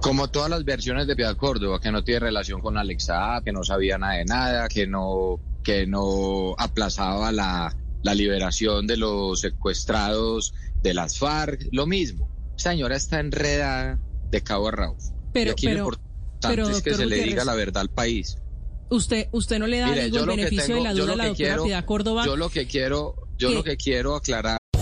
Como todas las versiones de Piedad Córdoba, que no tiene relación con Alexa, que no sabía nada de nada, que no, que no aplazaba la, la liberación de los secuestrados de las FARC, lo mismo. Esta señora está enredada de cabo a rabo. Pero, y aquí pero, lo importante pero, es que doctor se le Gutiérrez. diga la verdad al país. Usted, usted no le da Mire, ningún lo que beneficio tengo- de la yo duda lo a la que doctora quiero- Piedad Córdoba. Yo lo que quiero, yo ¿Qué? lo que quiero aclarar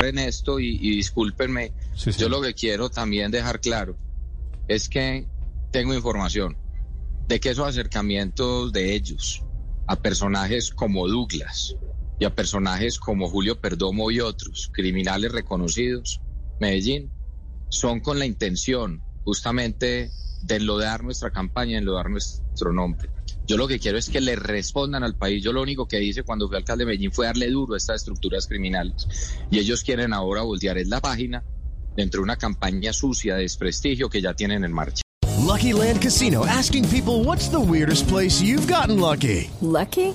en esto y, y discúlpenme, Sí, sí. yo lo que quiero también dejar claro es que tengo información de que esos acercamientos de ellos a personajes como Douglas y a personajes como Julio Perdomo y otros criminales reconocidos, Medellín, son con la intención justamente de enlodar nuestra campaña, enlodar nuestro nombre. Yo lo que quiero es que le respondan al país. Yo lo único que hice cuando fui alcalde de Medellín fue darle duro a estas estructuras criminales. Y ellos quieren ahora voltear es la página dentro de una campaña sucia de desprestigio que ya tienen en marcha. Lucky Land Casino asking people what's the weirdest place you've gotten lucky? Lucky?